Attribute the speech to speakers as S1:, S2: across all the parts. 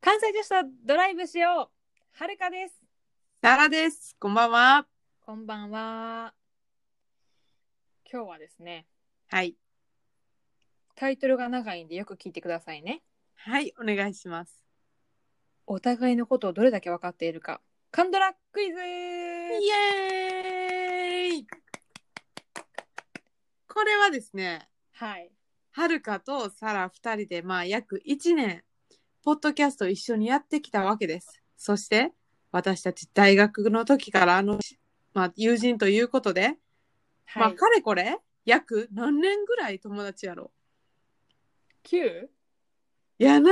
S1: 関西女子とドライブしようはるかです
S2: さらです。こんばんは。
S1: こんばんは今日はですね
S2: はい。
S1: タイトルが長いんでよく聞いてくださいね
S2: はい、お願いします。
S1: お互いのことをどれだけ分かっているかカンドラクイズ
S2: イエーイこれはですね、
S1: はい
S2: はるかとさら二人で、まあ、約1年、ポッドキャストを一緒にやってきたわけです。そして、私たち大学の時から、あの、まあ、友人ということで、ま
S1: は
S2: あ、
S1: い、
S2: かれこれ、約何年ぐらい友達やろ
S1: 九
S2: いやな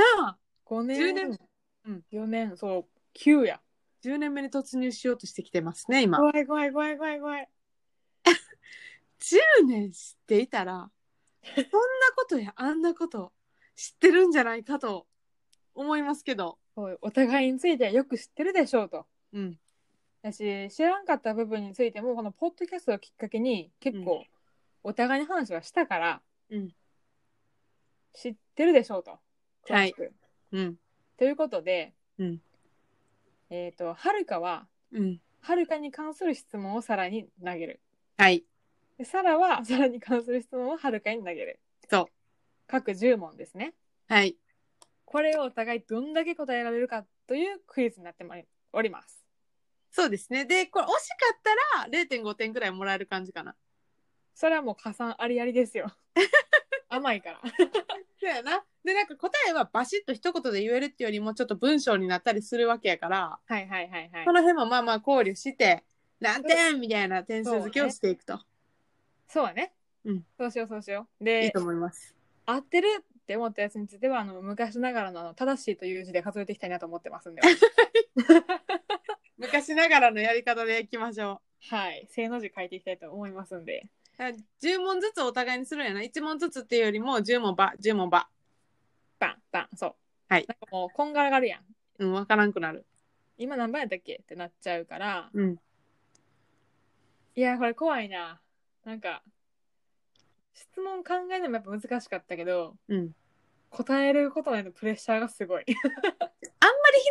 S1: 五年
S2: 10年うん
S1: 4年そう九や
S2: 10年目に突入しようとしてきてますね、今。
S1: い怖い怖い怖い怖い
S2: 10年知っていたらそんなことやあんなこと知ってるんじゃないかと思いますけど、
S1: そうお互いについてはよく知ってるでしょうと
S2: うん、
S1: だし知らんかった部分についてもこのポッドキャストをきっかけに結
S2: う
S1: 構お互いに話はしたから、
S2: うん
S1: 知ってるでしょうと。
S2: は
S1: 詳
S2: い
S1: しく
S2: うん
S1: ということで、
S2: うん
S1: えっ、とはるかは
S2: うん
S1: はるかに関する質問をさらに投げる
S2: はい
S1: でさら はさらに関する質問をはるかに投げる
S2: そ
S1: 各10問ですね
S2: うはい
S1: これをお互いどんだけ答えられるかというクイズになってまいおります
S2: そうですねでこれ惜しかったら0.5点ぐらいもらえる感じかな
S1: それはもう加算ありありです よ甘いから
S2: そうやなでなんか答えはバシッと一言で言えるっていうよりもちょっと文章になったりするわけやから
S1: はいはいはいはい
S2: この辺もまあまあ考慮して何点みたいな点数付けをしていくと
S1: そうだね。
S2: うん
S1: そうしようそうしよう。
S2: いい
S1: で
S2: と、思います
S1: 合ってるって思ったやつについては、あの、昔ながらのあの正しいという字で数えていきたいなと思って ますんで。
S2: 昔ながらのやり方でいきましょう
S1: はい。正の字書いていきたいと思いますんで。
S2: だから10問ずつお互いにするんやな1問ずつっていうよりも10問ば10問ば
S1: バンバン、そう。
S2: はい
S1: なんかもう、こんがらがるやん。
S2: うん分からんくなる
S1: 今何番やったっけってなっちゃうから、
S2: うん
S1: いやー、これ怖いな。なんか、質問考えるのもやっぱ難しかったけど、
S2: うん
S1: 答えることへのプレッシャーがすごい。
S2: ひ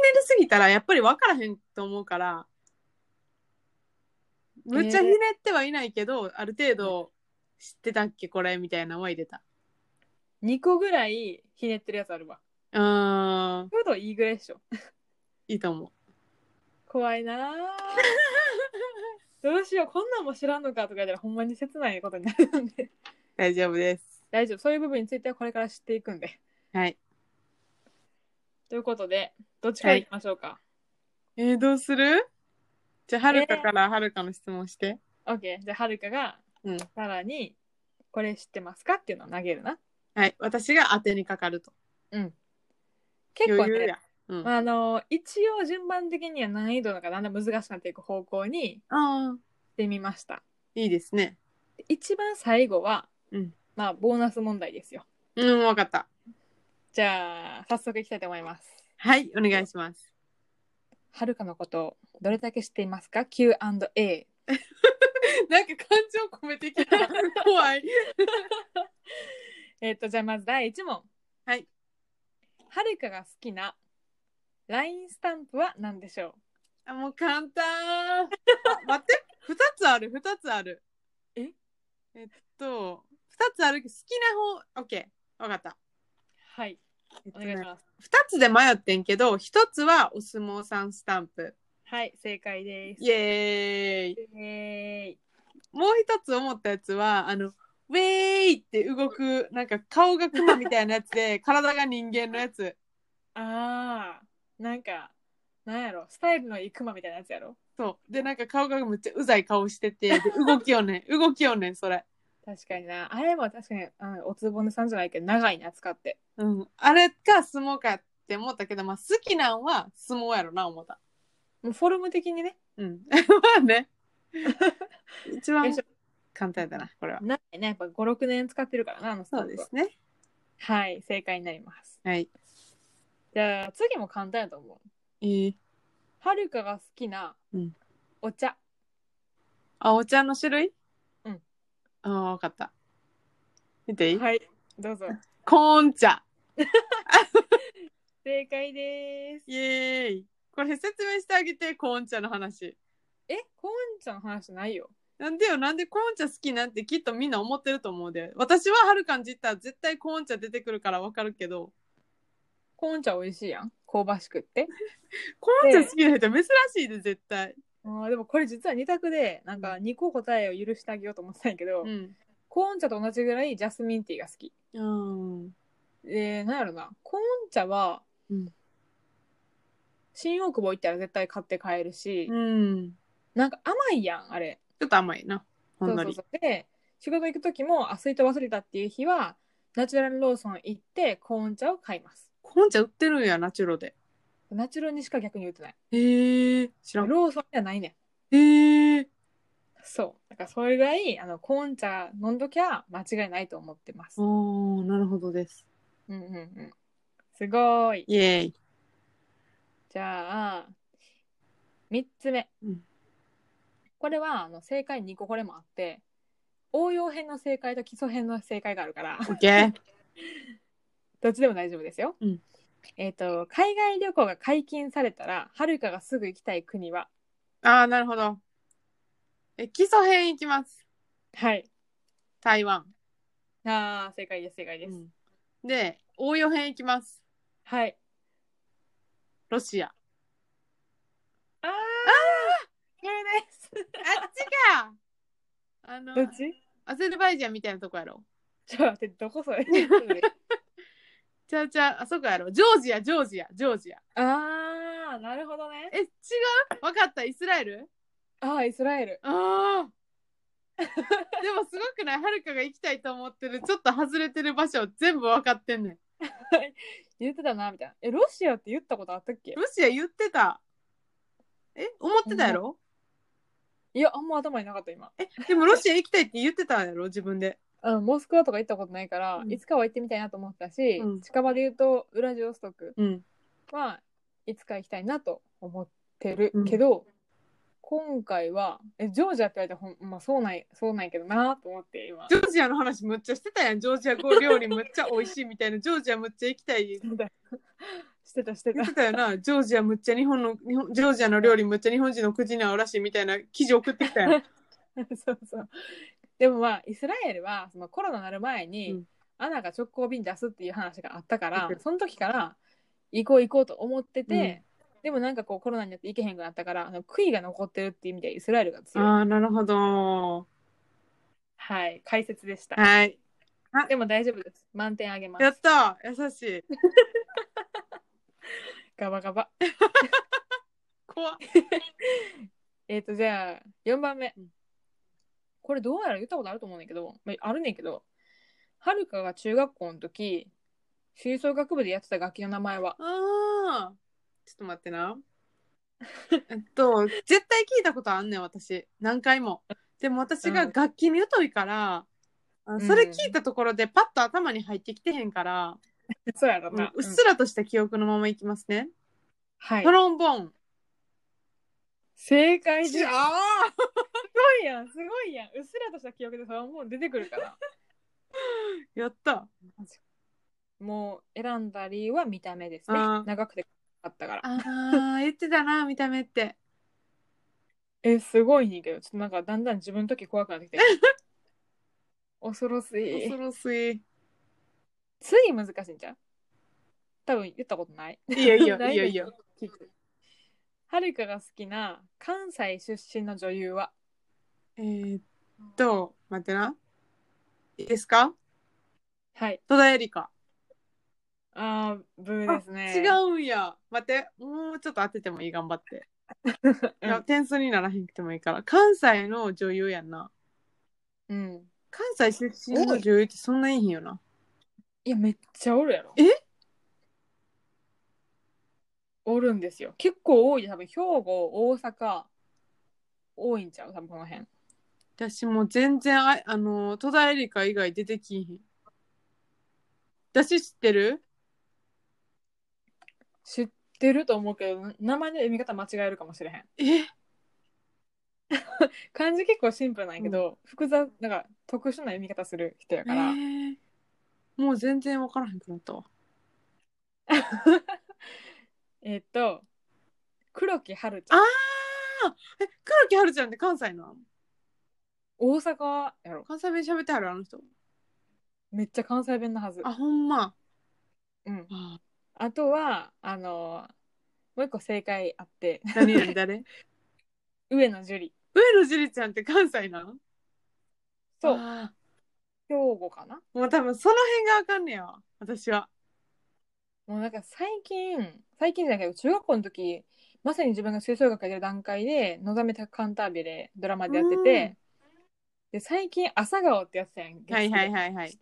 S2: ねりすぎたらやっぱり分からへんと思うからむっちゃひねってはいないけど、ある程度知ってたっけこれみたいなのは入れた
S1: 2個ぐらいひねってるやつあるわ。
S2: うーん
S1: ちょうどいいぐらいでしょ。
S2: いいと思う
S1: 怖いな あどうしようこんなんも知らんのかとか言ったらほんまに切ないことになるんで
S2: 大丈夫です
S1: 大丈夫そういう部分についてはこれから知っていくんで
S2: はい
S1: ということでどっちからいきましょうか、
S2: えー、どうするじゃあはるかからはるかの質問して、
S1: OK じゃあはるかが
S2: うん
S1: さらにこれ知ってますかっていうのを投げるな
S2: はい私が当てにかかると
S1: 結構
S2: 余裕
S1: ね
S2: や、うん
S1: まああの一応順番的には難易度がだんだん難しくなっていく方向に
S2: あー
S1: してみました
S2: いいですね
S1: で一番最後は、
S2: うん
S1: まあボーナス問題ですよ
S2: うん分かった
S1: じゃあ早速いきたいと思います
S2: はいお願いします
S1: はるかのことをどれだけ知っていますか ?Q&A。
S2: なんか感情込めてきた。 怖い。
S1: えっ、と、じゃあまず第1問。
S2: はい。
S1: はるかが好きな LINE スタンプは何でしょ
S2: あ、もう簡単。あ待って、二つある、二つある。
S1: え
S2: えっと、二つあるけど、好きな方、オッケー、わかった。
S1: うはい。
S2: えっ
S1: お
S2: と
S1: 願い
S2: ね
S1: します。
S2: 二つで迷ってんけど、一つはお相撲さんスタンプ。
S1: はい、正解です。
S2: イエーイ。
S1: イエーイ。
S2: もう一つ思ったやつは、あの、ウェーイって動く、なんか顔がクマみたいなやつで、体が人間のやつ。
S1: あー、なんか、なんやろ、スタイルのいいクマみたいなやつやろ
S2: そう。で、なんか顔がめっちゃうざい顔してて、で動きよねん、動きよねん、それ。
S1: 確かにな。あれも確かに、あのおつぼねさんじゃないけど、長いな、使って。
S2: うん、あれか相撲かって思ったけど、まあ、好きなんは相撲やろな思った。
S1: もうフォルム的にね、
S2: うん、 まあね一番簡単だなこれは。
S1: 長いね、やっぱ5、6年使ってるからな、あのスタン
S2: そ
S1: プ
S2: う
S1: は
S2: ですね。
S1: はい、正解になります。
S2: はい。
S1: じゃあ次も簡単やと思う。
S2: えー、
S1: はるかが好きな
S2: うん
S1: お茶。
S2: あお茶の種類
S1: うん。
S2: ああ分かった。見ていい、
S1: はい、どうぞ。
S2: コーン茶。
S1: 正解です。
S2: イエーイ。これ説明してあげて、コーンちゃんの話。
S1: え、コーンちゃんの話ないよ。
S2: なんでよ、なんでコーンちゃん好きなんてきっとみんな思ってると思うで。私ははるかんじったら絶対コーンちゃん出てくるからわかるけど、
S1: コーンちゃん美味しいやん。香ばしくって。
S2: コーンちゃん好きな人珍しいで、絶対。
S1: あーでもこれ実は2択で、なんか2個答えを許してあげようと思ってたんやけど、
S2: うん。
S1: コーン茶と同じぐらいジャスミンティーが好き。
S2: うん。
S1: で、なんやろな。コーン茶は、
S2: うん
S1: 新大久保行ったら絶対買って買えるし、
S2: うん。
S1: なんか甘いやん、あれ。
S2: ちょっと甘いな。
S1: そ
S2: ほん
S1: う
S2: の
S1: そう
S2: り。
S1: そう。で、仕事行く時も、あ、スイート忘れたっていう日は、ナチュラルローソン行って、コーン茶を買います。
S2: コーンちゃん売ってるんや、ナチュロで。
S1: ナチュラルにしか逆に売ってない。
S2: へえ、知らん。
S1: ローソンじゃないねん。
S2: へえ。
S1: そう。だからそれぐらい、あの、コーン茶飲んどきゃ間違いないと思ってます。うん
S2: おー、なるほどです。
S1: うんうん。すごーい。
S2: イエーイ。
S1: じゃあ、3つ目。
S2: うん
S1: これは、あの、正解2個これもあって、応用編の正解と基礎編の正解があるから、
S2: オッケー。
S1: どっちでも大丈夫ですよ。
S2: うん
S1: えっ、と、海外旅行が解禁されたら、はるかがすぐ行きたい国は、
S2: あー、なるほど。え、基礎編いきます。
S1: はい。
S2: 台湾。
S1: ああ、正解です、正解です。
S2: で、応用編いきます。
S1: はい。
S2: ロシア。あ
S1: ああ、これです。
S2: っちかあの
S1: ど、っち
S2: アゼルバイジャンみたいなとこやろ。
S1: ちょっと待って、どこ それ
S2: ちゃうちゃう、あそこやろ。ジョージア、ジョージア、ジョージア。
S1: ああ、なるほどね。
S2: え、違うわかった、イスラエル
S1: ああ、イスラエル。
S2: ああ。 でもすごくないはるかが行きたいと思ってる、ちょっと外れてる場所全部わかってんねん。
S1: 言ってたな、みたいな。え、ロシアって言ったことあったっけ
S2: ロシア言ってた。え思ってたやろ
S1: いや、あんま頭になかった、今。
S2: え、でもロシア行きたいって言ってたやろ自分で。
S1: うん、モスクワとか行ったことないから、
S2: うん
S1: いつかは行ってみたいなと思ったし、
S2: うん
S1: 近場で言うと、ウラジオストク
S2: うん。
S1: はいつか行きたいなと思ってるけど、今回は、え、ジョージアって言われてほん、まあ、そうない、そうないけどなと思って、今。
S2: ジョージアの話むっちゃしてたやん。ジョージア語料理むっちゃ美味しいみたいな。ジョージアむっちゃ行きたい。
S1: してた、 して。
S2: 言ったてたよな。ジョージアむっちゃ日本の、日本ジョージアの料理むっちゃ日本人の口に合うらしいみたいな記事送ってきたやん。
S1: そうそう。でもまあ、イスラエルは、そのコロナになる前に、
S2: うん
S1: アナが直行便出すっていう話があったから
S2: う、ん
S1: その時から、行こう行こうと思ってて、でもなんかこうコロナになって行けへんくなったから、あの、悔いが残ってるっていう意味でイスラエルが強い。
S2: ああ、なるほど。
S1: はい、解説でした。
S2: はい。
S1: でも大丈夫です。満点あげま
S2: や
S1: す
S2: っ。た優しい。
S1: ガバガバ。
S2: 怖っ
S1: えっ、と、じゃあ、4番目
S2: うん。
S1: これどうやら言ったことあると思うねんだけど、まあ、あるねんけど、はるかが中学校の時、吹奏楽部でやってた楽器の名前は、
S2: ああ。ちょっと待って な。えっと、絶対聞いたことあんねん、私。何回も。でも私が
S1: うん
S2: 楽器に疎いから、あ
S1: ん
S2: それ聞いたところでパッと頭に入ってきてへんから、
S1: そうやろ
S2: うん
S1: な。
S2: うっすらとした記憶のままいきますね。
S1: はい
S2: ト。ロンボーン。
S1: 正解です。す
S2: ああ
S1: ごいやん、すごいやん。うっすらとした記憶でそれはもう出てくるから。
S2: やった。
S1: もう選んだ理由は見た目ですね。
S2: あー
S1: 長くてかったから。
S2: ああ、言ってたな、見た目って。
S1: え、すごいねんけど、ちょっとなんかだんだん自分の時怖くな ってきて。恐ろしい
S2: 恐。ろしい。
S1: つい難しいんじゃん多分言ったことない。
S2: いいよい いよ、
S1: ないい
S2: いよいいよ。
S1: 聞くはるかが好きな関西出身の女優は
S2: えー、っと、待ってな。いいですか
S1: はい。
S2: 戸田恵梨香。
S1: あー、ブーですね。
S2: 違うんや。待って、もうちょっと当ててもいい、頑張 って。いや、点数にならへんくてもいいから。関西の女優やんな。
S1: うん。うん。
S2: 関西出身の女優ってそんないいんよな。
S1: いや、めっちゃおるやろ。
S2: え
S1: おるんですよ。結構多いで、多分、兵庫、大阪、多いんちゃう多分、この辺。
S2: 私もう全然あ、あの、戸田恵梨香以外出てきんへん。私知ってる
S1: 知ってると思うけど、名前の読み方間違えるかもしれへん。
S2: え
S1: 漢字結構シンプルなんやけど、複雑、なんか、特殊な読み方する人やから。
S2: えーもう全然わからへんくなったわ。
S1: えっと、黒木春ちゃ
S2: あ
S1: ん。
S2: え、黒木春ちゃんって関西の
S1: 大阪やろ。
S2: 関西弁喋ってはるあの人。
S1: めっちゃ関西弁なはず。
S2: あ、ほんま。
S1: うん。
S2: あ
S1: あとは、あの、もう一個正解あって、
S2: 何々誰
S1: 上野樹里。
S2: 上野樹里ちゃんって関西なの
S1: そう、
S2: あ
S1: 兵庫かな
S2: ーもう多分その辺がわかんねやわ。私は。
S1: もうなんか最近、最近じゃないけど、中学校の時、まさに自分が吹奏楽やってる段階で、のざめたカンタービレドラマでやってて、で、最近、朝顔ってやつやん。月
S2: はいはい
S1: い。
S2: はいはい。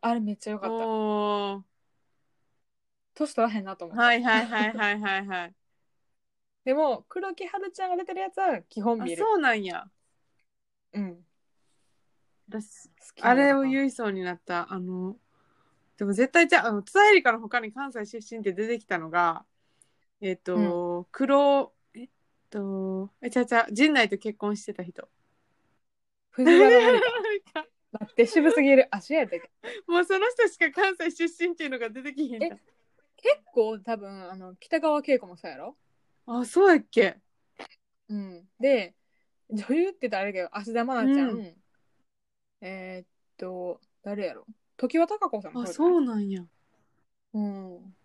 S1: あれめっちゃ良かった。
S2: おー。
S1: 年取らへんなと思って。
S2: はいはいはいはいはいはい。
S1: でも、黒木春ちゃんが出てるやつは基本
S2: あ
S1: 見る。
S2: そうなんや。
S1: うん。好
S2: 私、
S1: き
S2: あれを
S1: う。
S2: 言いそうになった。あの、でも絶対じゃあ、あの、津田絵里香の他に関西出身って出てきたのが、えっ、と、黒、えっと、えちゃうちゃう、陣内と結婚してた人。
S1: 藤原紀香
S2: も
S1: 待って、渋すぎる。足やったけど
S2: うその人しか関西出身っていうのが出てきひん
S1: え
S2: だ。
S1: 結構多分、あの、北川景子もそうやろ
S2: あ、そうやっけ
S1: うん。で、女優って言ったらあれだけど、芦田愛菜ちゃん。
S2: う
S1: えーっと、誰やろ時は貴子さんも
S2: あ、
S1: そうじゃ
S2: そ
S1: ないう
S2: なんや。
S1: うん。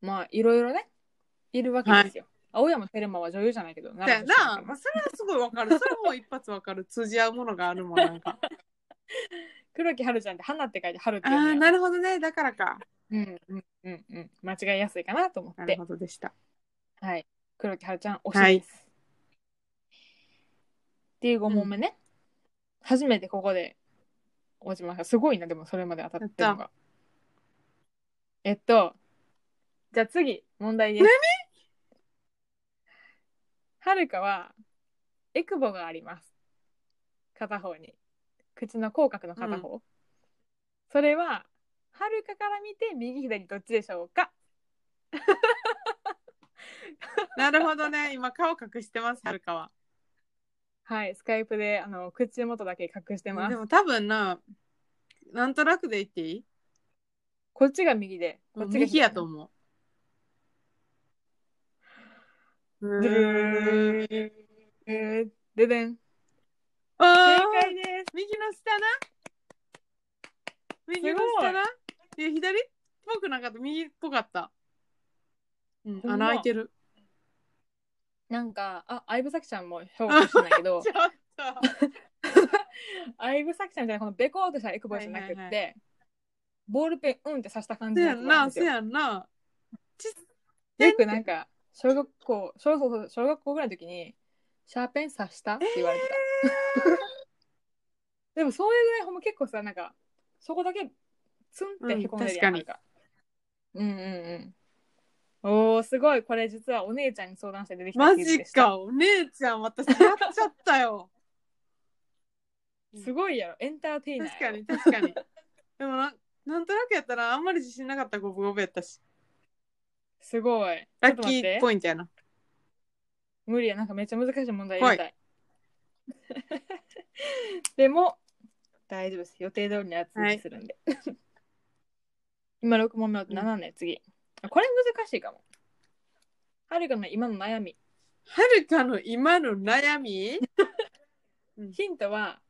S1: まあ、いろいろね、いるわけですよ。青山テルマは女優じゃないけど、な
S2: だよな、まあ、それはすごいわかる。それも一発わかる。通じ合うものがあるもん、なんか。
S1: 黒木春ちゃんって花って書いて春って
S2: あ
S1: 言う
S2: あ、
S1: んだ
S2: な
S1: よ。
S2: るほどね。だからか。
S1: うんうんうんうん。間違いやすいかなと思
S2: な
S1: っ
S2: る
S1: て
S2: ほ。どでした。
S1: はい。黒木春ちゃん推しです。っていう5問目ね。初めてここで落ちました。すごいな、でもそれまで当たってるのが。えっと、じゃあ次、問題です。はるかは、エクボがあります。片方に。口の口角の片方。それは、はるかから見て右左どっちでしょうか
S2: なるほどね。今、顔隠してます、はるかは。
S1: はい、スカイプで、あの、口元だけ隠してます
S2: で。も多分な、なんとなくで言っていい
S1: こっちが右で、こっちが
S2: 右やと思う。
S1: う。ででん。ででん。
S2: あ
S1: 正
S2: ー
S1: 解で
S2: 右の下な右の下ないや左っぽくなかった右っぽかった、うん、
S1: ほんま
S2: 穴開いてる
S1: す。なんか、あ、相武咲ちゃんも評価してないけど
S2: ちょ、っと
S1: 相武咲ちゃんみたいなこのベコーとしたエクボじゃなくって、
S2: はいはい
S1: ボールペンうんって刺した感
S2: せ
S1: じのや
S2: や
S1: つ
S2: ん
S1: なん
S2: な
S1: です
S2: せ
S1: よ。
S2: やんな
S1: よくなんか、小学校、小そうそう小学校ぐらいの時に、シャーペン刺したって言われてた。 でもそういうぐらいほんま結構さ、なんか、そこだけツンってへこんでるやん、
S2: うん確かに
S1: なんかうんうんうん。おー、すごい。これ実はお姉ちゃんに相談して出てきた
S2: マ
S1: クイズ
S2: ジ
S1: でした。
S2: かお姉ちゃん私やっちゃったよ
S1: すごいやろ。エンターテイナー
S2: 確か
S1: やろ。
S2: に確かにでもななんとなくやったらあんまり自信なかったゴブゴブやったし
S1: すごい。
S2: ラ
S1: ちょっと
S2: ッキ
S1: 待って
S2: ーポイントやな
S1: 無理や。なんかめっちゃ難しい問題入れた。
S2: はい
S1: でも、大丈夫です。予定通りのやつにするんで。今6問目、7ね、次。あこれ難しいかも。はるかの今の悩み。
S2: はるかの今の悩み
S1: ヒントは、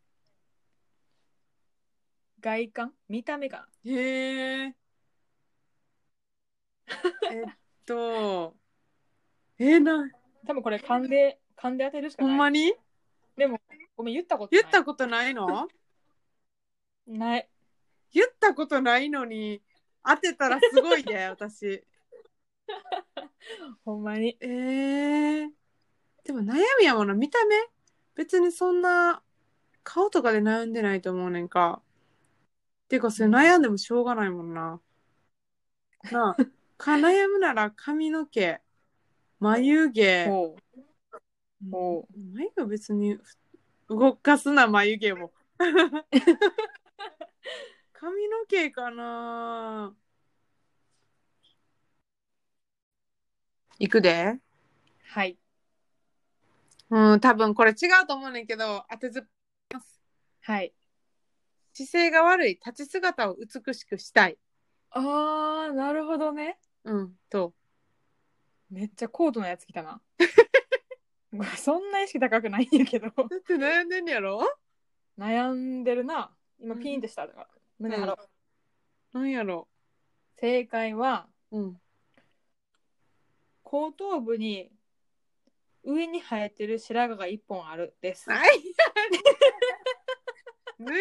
S1: 外観見た目かな。
S2: へ え。えっと、えな、
S1: 多分これ勘で、勘で当てるしか
S2: ほ
S1: ない。
S2: んまに
S1: ごめん、言ったことない。
S2: 言ったことないの
S1: ない。
S2: 言ったことないのに、当てたらすごい ね、私。
S1: ほんまに。
S2: えー、でも悩みやもんな、見た目別にそんな、顔とかで悩んでないと思うねんか。てか、それ悩んでもしょうがないもんな。なあ、か悩むなら髪の毛、眉毛、
S1: ほう。
S2: も
S1: お
S2: う眉毛別にふ動かすな眉毛も髪の毛かな行くで
S1: はい。
S2: うん多分これ違うと思うねんけど当てず
S1: はい。
S2: 姿勢が悪い立ち姿を美しくしたい
S1: あー、なるほどね。
S2: うんと
S1: めっちゃ高度なやつ来た なそんな意識高くないんやけど
S2: だって悩んでんやろ
S1: 悩んでるな今ピーンってした、胸張ろう、
S2: なんやろ
S1: 正解は
S2: うん。
S1: 後頭部に上に生えてる白髪が一本あるです
S2: はい。抜いたる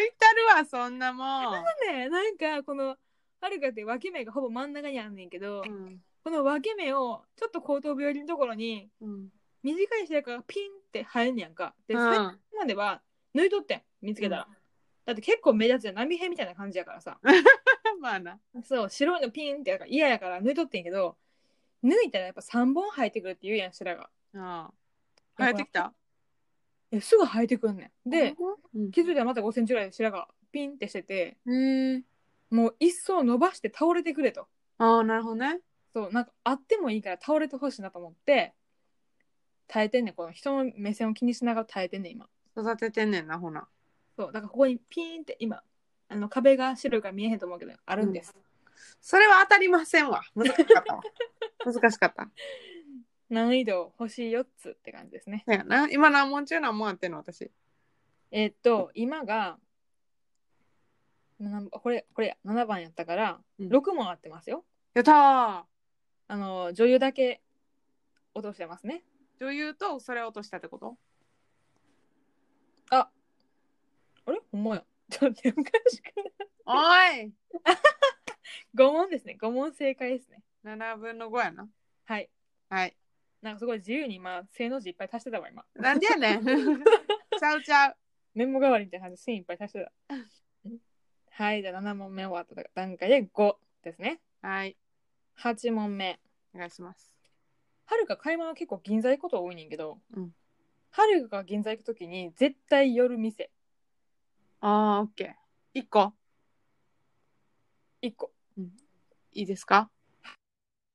S2: わ、そんなもん。
S1: ねなんかこのはるかって分け目がほぼ真ん中にあんねんけど、
S2: うん。
S1: この分け目をちょっと後頭部寄りのところに
S2: うん。
S1: 短い白髪がピンって生えんねやんかで、
S2: う
S1: 最
S2: ん。
S1: 初までは抜いとってん見つけたら、だって結構目立つやん波平みたいな感じやからさ
S2: まあな。
S1: そう白いのピンってやから嫌やから抜いとってんけど抜いたらやっぱ3本生えてくるって言うやん白髪
S2: ああ。帰ってきた。
S1: えすぐ生えてくんねんで、
S2: うん。
S1: 気づいたらまた5センチぐらい白髪ピンってしてて
S2: えー、
S1: もう一層伸ばして倒れてくれと
S2: ああ、なるほどね。
S1: そうなんかあってもいいから倒れてほしいなと思って耐えてんねんこの人の目線を気にしながら耐えてんねん今
S2: 育ててんねんな、ほな。
S1: そうだからここにピーンって今あの壁が白いから見えへんと思うけどあるんです、
S2: それは当たりませんわ。難しかっ たわ。難しかった。
S1: 難易度星4つって感じですね
S2: そやな。今何問中何問あってんの、私。
S1: えーっと今がななこれこれ7番やったから
S2: うん
S1: 6問合ってますよ
S2: やったー
S1: あの女優だけ落としてますね
S2: 女優とそれを落としたってこと
S1: あれほんまやちょっと待っておかしくない
S2: おい
S1: 5問ですね5問正解ですね
S2: !7 分の5やな。
S1: はい
S2: はい。
S1: なんかすごい自由に今正の字いっぱい足してたわ今
S2: なんでやね ん。ちゃうちゃう。
S1: メモ代わりみたいな感じで線いっぱい足してたはいじゃあ7問目終わった段階で5ですね
S2: はい。
S1: 8問目
S2: お願いします。
S1: はるか買い物結構銀座行くこと多いねんけど、
S2: うん
S1: はるかが銀座行くときに絶対寄る店
S2: ああ、オッケー。一個
S1: 1個
S2: いいですか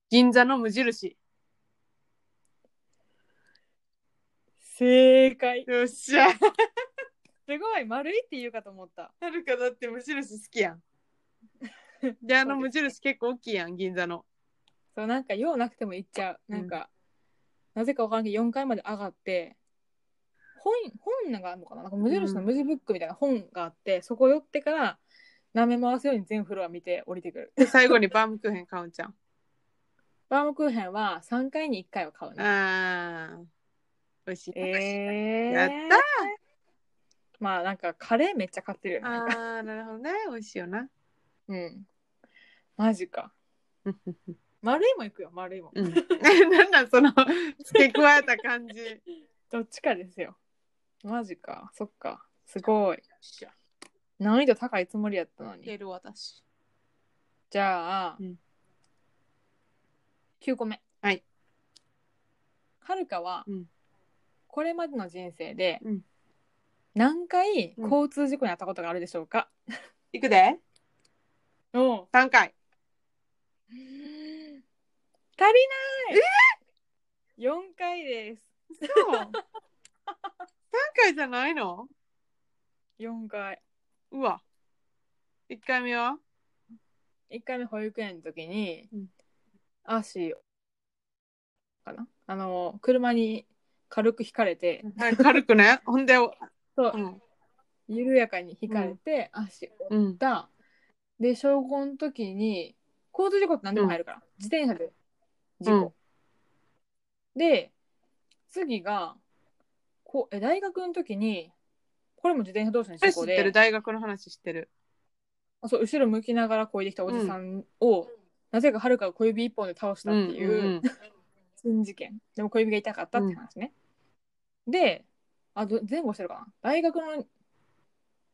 S2: 銀座の無印。
S1: 正解
S2: よっしゃ。
S1: すごい丸いって言うかと思った
S2: はるかだって無印好きや ん。で、あの
S1: そう
S2: 無
S1: ですね
S2: 印結構大きいやん、銀座の。
S1: そうなんか用なくても行っちゃうなんか、なぜかわからんけど4階まで上がって本本なんかあるのかななんか無印の無地ブックみたいな本があって、そこ寄ってから舐め回すように全フロア見て降りてくる
S2: で、最 後にバームクーヘン買うんちゃう
S1: バームクーヘンは3回に1回は買うね
S2: あー。美味しい。
S1: えー、
S2: やったー
S1: まあなんかカレーめっちゃ買ってるよね
S2: あー、なるほどね。美味しいよな。
S1: うんマジ か丸いも行くよ丸いも
S2: うん。なんなん、その、付け加えた感じ。よ
S1: どっちかですよマジかそっかすごい
S2: っしゃ。
S1: 難易度高いつもりやったのに
S2: る私。
S1: じゃあ、
S2: うん
S1: 9個目
S2: はい
S1: はるかは、
S2: うん
S1: これまでの人生で、
S2: うん
S1: 何回
S2: うん
S1: 交通事故に遭ったことがあるでしょうか、
S2: いくで
S1: おう
S2: ?3
S1: 足
S2: 回。
S1: りないえ !4 回です
S2: そう。3回じゃないの
S1: 4回
S2: うわ。1回目は
S1: 1回目保育園の時に、
S2: うん
S1: 足かなあの車に軽く引かれて、
S2: はい、軽くね。ほんで、う
S1: そう、
S2: ん。
S1: 緩やかに引かれて、足を
S2: う
S1: っ
S2: ん。
S1: たで小5の時に交通事故って何でも入るから、自転車で事故、で次がこうえ大学の時にこれも自転車同士の
S2: それ
S1: 事
S2: 知っ
S1: 故
S2: てる
S1: で
S2: 大学の話知ってる。
S1: そう後ろ向きながらこいできたおじさんを、なぜかはるかが小指一本で倒したっていう
S2: うんうんうん
S1: 新事件でも小指が痛かったって話ね、であど前後してるかな大学の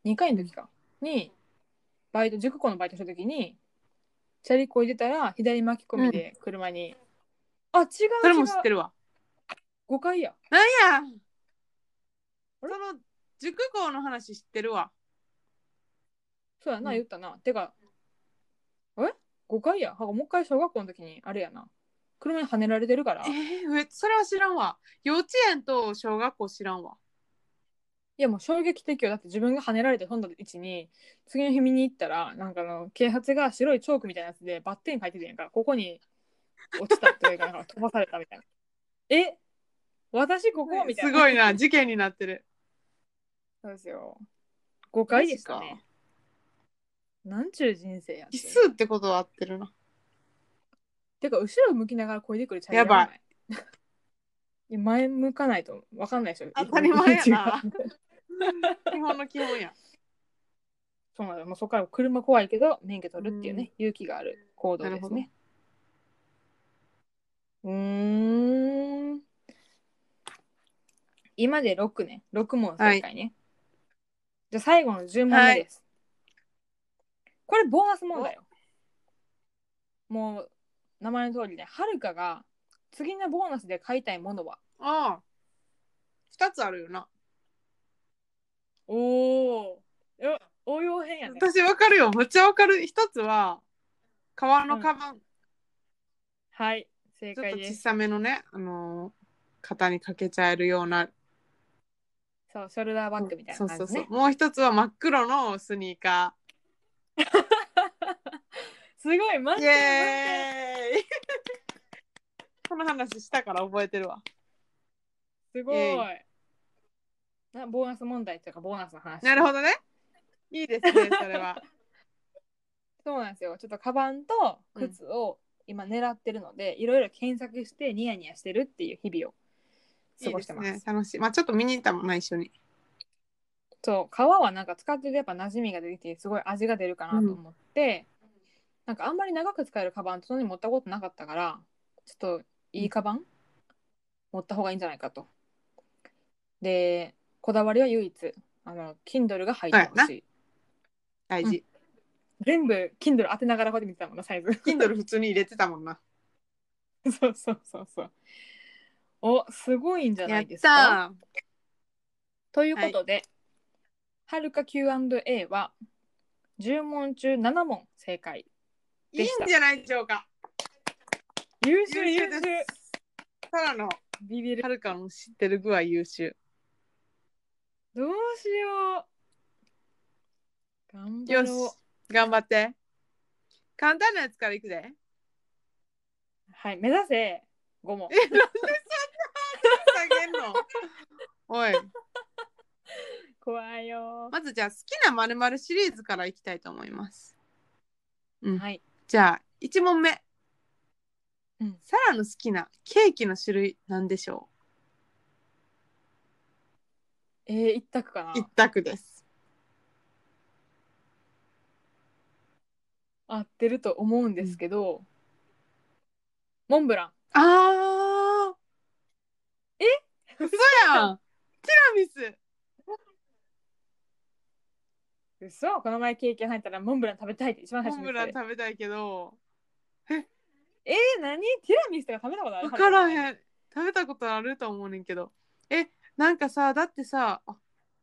S1: 2回の時かにバイト塾校のバイトした時にチャリこいでたら左巻き込みで車に、あ違う
S2: それ
S1: 違う
S2: も知ってるわ。
S1: 5回や
S2: なんや
S1: あ
S2: そ
S1: れ
S2: の塾校の話知ってるわ。
S1: そうやな
S2: うん
S1: 言ったな、てかえ5回やはもう一回小学校の時にあれやな車にはねられてるから
S2: え
S1: い
S2: ー、えそれは知らんわ。幼稚園と小学校知らんわ。
S1: やもう衝撃的よだって自分がはねられて飛んだ位置に次の日見に行ったらなんかあの警察が白いチョークみたいなやつでバッテン書いてるやんかここに落ちたというか、なんか飛ばされたみたいな。え私ここみたいな。
S2: すごいな、事件になってる。
S1: そうですよ。誤解でしたね。なんちゅう人生やって
S2: 奇。数ってことは合っ てるな。
S1: てか、後ろ向きながら声でくるチャリ
S2: やばい
S1: い。いや前向かないと分かんないでしょ。
S2: 当たり前やな
S1: 違う
S2: 基本の基本や。
S1: そうなの。もうそこから車怖いけど、免許取るっていうね、勇気がある行動ですね。うーん。今で6ね。6問正解ね。じゃあ最後の10問目です。これボーナス問題よ。もう名前の通りね、はるかが次のボーナスで買いたいものは
S2: ああ。二つあるよな。
S1: おお。え応用編やね。
S2: 私わかるよ。めっちゃわかる。一つは、革のカバン。
S1: はい、正
S2: ちょっ
S1: 解
S2: と
S1: で
S2: 小
S1: す。
S2: さめのね、あのー肩にかけちゃえるような。
S1: そう、ショルダーバッグみたい
S2: そ
S1: な
S2: う
S1: 感じ
S2: そ
S1: ね。
S2: うそう。もう一つは真っ黒のスニーカ
S1: すごい、マ
S2: ー。
S1: ジ
S2: イ
S1: で。
S2: エーイ この話したから覚えてるわ。
S1: すごい
S2: イエ。
S1: なボーナス問題というか、ボーナスの話。
S2: なるほどね。いいです ね、それは。
S1: そうなんですよ。ちょっとカバンと靴を今狙ってるので、いろいろ検索してニヤニヤしてるっていう日々を過
S2: いい
S1: ご
S2: で
S1: し
S2: す
S1: てます。
S2: ね。楽しい。まあちょっと見に行ったもんな、一緒に。
S1: そう、皮はなんか使ってるとやっぱ馴染みが出てきて、すごい味が出るかなと思って、なんかあんまり長く使えるカバンとそんなに持ったことなかったから、ちょっといいカバン、持った方がいいんじゃないかと。で、こだわりは唯一、あの、Kindle が入ってほしい。
S2: 大事。
S1: 全部 Kindle 当てながらこうやって見てたもんな、サイズ。
S2: Kindle 普通に入れてたもんな。
S1: そうそうそうそう。お、すごいんじゃないですか。
S2: やったー
S1: ということで、はるか Q&A は10問中7問正解。
S2: いい
S1: で
S2: ん
S1: した
S2: じゃないでしょうか。
S1: 優秀
S2: 優
S1: 優
S2: 秀
S1: 秀
S2: です。ただの
S1: ビビる。
S2: はるかの知ってる具は優秀。
S1: どうしよう。頑張
S2: よし
S1: ろう。、
S2: 頑張って。簡単なやつからいくで。
S1: はい、目指せ5問。
S2: 下げんの。おい、
S1: 怖いよ、
S2: まずじゃあ好きなまるまるシリーズからいきたいと思います。うん
S1: はい。
S2: じゃあ一問目。
S1: うん
S2: サラの好きなケーキの種類なんでしょ
S1: えー、一択かな
S2: う。一。択です。
S1: 合ってると思うんですけど、モンブラン。
S2: あー。
S1: え
S2: 嘘やん。ティラミス。
S1: 嘘この前ケーキ入ったらモンブラン食べたいって一番最
S2: モ
S1: 初に
S2: ンブ
S1: 言っ
S2: ラン
S1: てた
S2: 食べたいけど。
S1: えー、何ティラミスとか食べたことある
S2: 分から
S1: ん。
S2: へん食べたことあると思うねんけどえなんかさだってさあ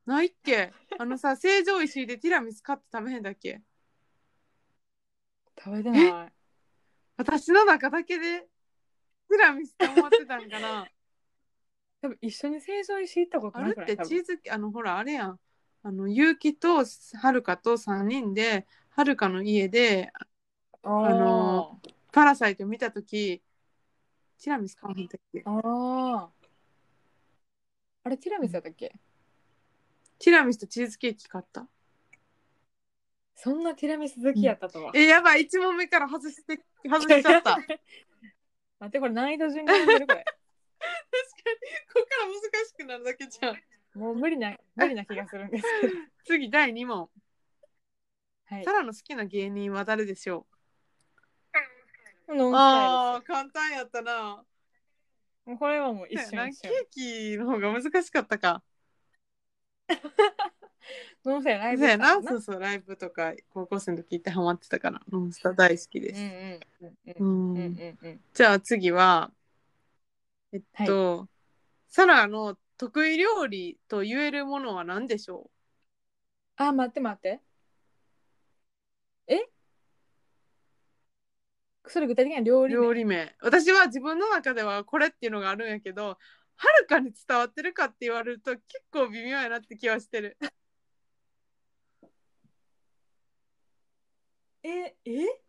S2: ないっけあの さ成城石井でティラミス買って食べへんだっけ
S1: 食べてない。
S2: 私の中だけでティラミスって思ってたんかな
S1: 多分一緒に成城石井行った こと
S2: あ
S1: な
S2: れ
S1: くな
S2: っ
S1: い
S2: て
S1: 多分
S2: チーズあのほらあれやんあの結城とはるかと3人ではるかの家で
S1: あ
S2: の「パラサイト」見た時ティラミス買わへんだっけ
S1: ーあーあれティラミスだったっけ
S2: ティラミスとチーズケーキ買った
S1: そんなティラミス好きやったとは、
S2: えやばい1問目から外して外しちゃっ た
S1: 待ってこれ難易度順に上がってるこれ
S2: 確かにここから難しくなるだけじゃん
S1: もう無理な無理な気がするんですけ ど
S2: 次第2問
S1: はい
S2: タラの好きな芸人は誰でしょ
S1: ノン
S2: う
S1: スタイ
S2: あー簡単やったな
S1: ルですもうこれはもう一
S2: ね
S1: 瞬
S2: ラン
S1: 一
S2: ケ
S1: 瞬
S2: ーキの方が難しかったか
S1: ノンスタイルライブ
S2: そうやなそううそうライブとか高校生の時行ってハマってたからモンスター大好きで
S1: んうん
S2: す、
S1: うん
S2: う
S1: うん
S2: ん
S1: うんうんうん
S2: じゃあ次はえっと、サラの得意料理と言えるものは何でしょ
S1: あ待って待ってえそれ具体的には料
S2: う
S1: 理名
S2: 料理名私は自分の中ではこれっていうのがあるんやけどはるかに伝わってるかって言われると結構微妙やなって気はしてる
S1: ええ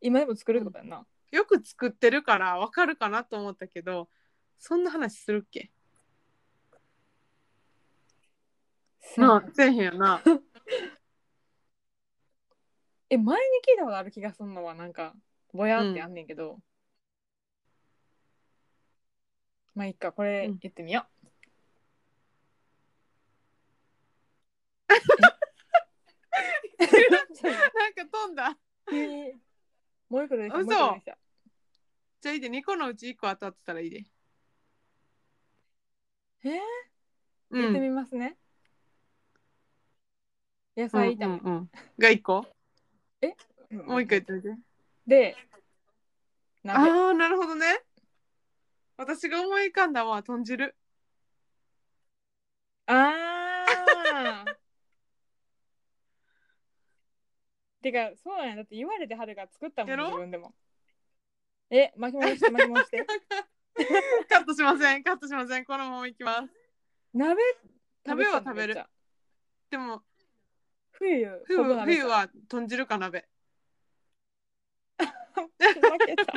S1: 今でも作るってことやんな。
S2: よく作ってるからわかるかなと思ったけどそんな話するっけなあせえへ んよな
S1: え、前に聞いたことある気がするのは、なんか、ぼやってあんねんけど。まあ、いっか、これ
S2: うん
S1: 言ってみよ う。
S2: なんか飛んだ
S1: 急に、もう一個出てきた。
S2: 嘘
S1: もう一個出てきた
S2: じゃあいいで2個のうち1個当たってたらいいで
S1: えー
S2: う
S1: 言って
S2: ん
S1: みますね。野菜炒め。
S2: うんうんうんが1個も
S1: も
S2: う1個言ってみて
S1: で、鍋。
S2: ああなるほどね私が思い浮かんだのは豚汁
S1: ああ ーてか、そうなんや。だって言われてはるから作ったもん、
S2: やろ
S1: 自分でも。え、巻き戻して、巻き戻 して。
S2: カットしませんカットしませんこのままいきます
S1: 鍋
S2: 鍋は
S1: 食べてたのめっちゃ
S2: でも
S1: 冬、
S2: 冬
S1: 昆布鍋
S2: 冬は豚汁か鍋
S1: 負けた。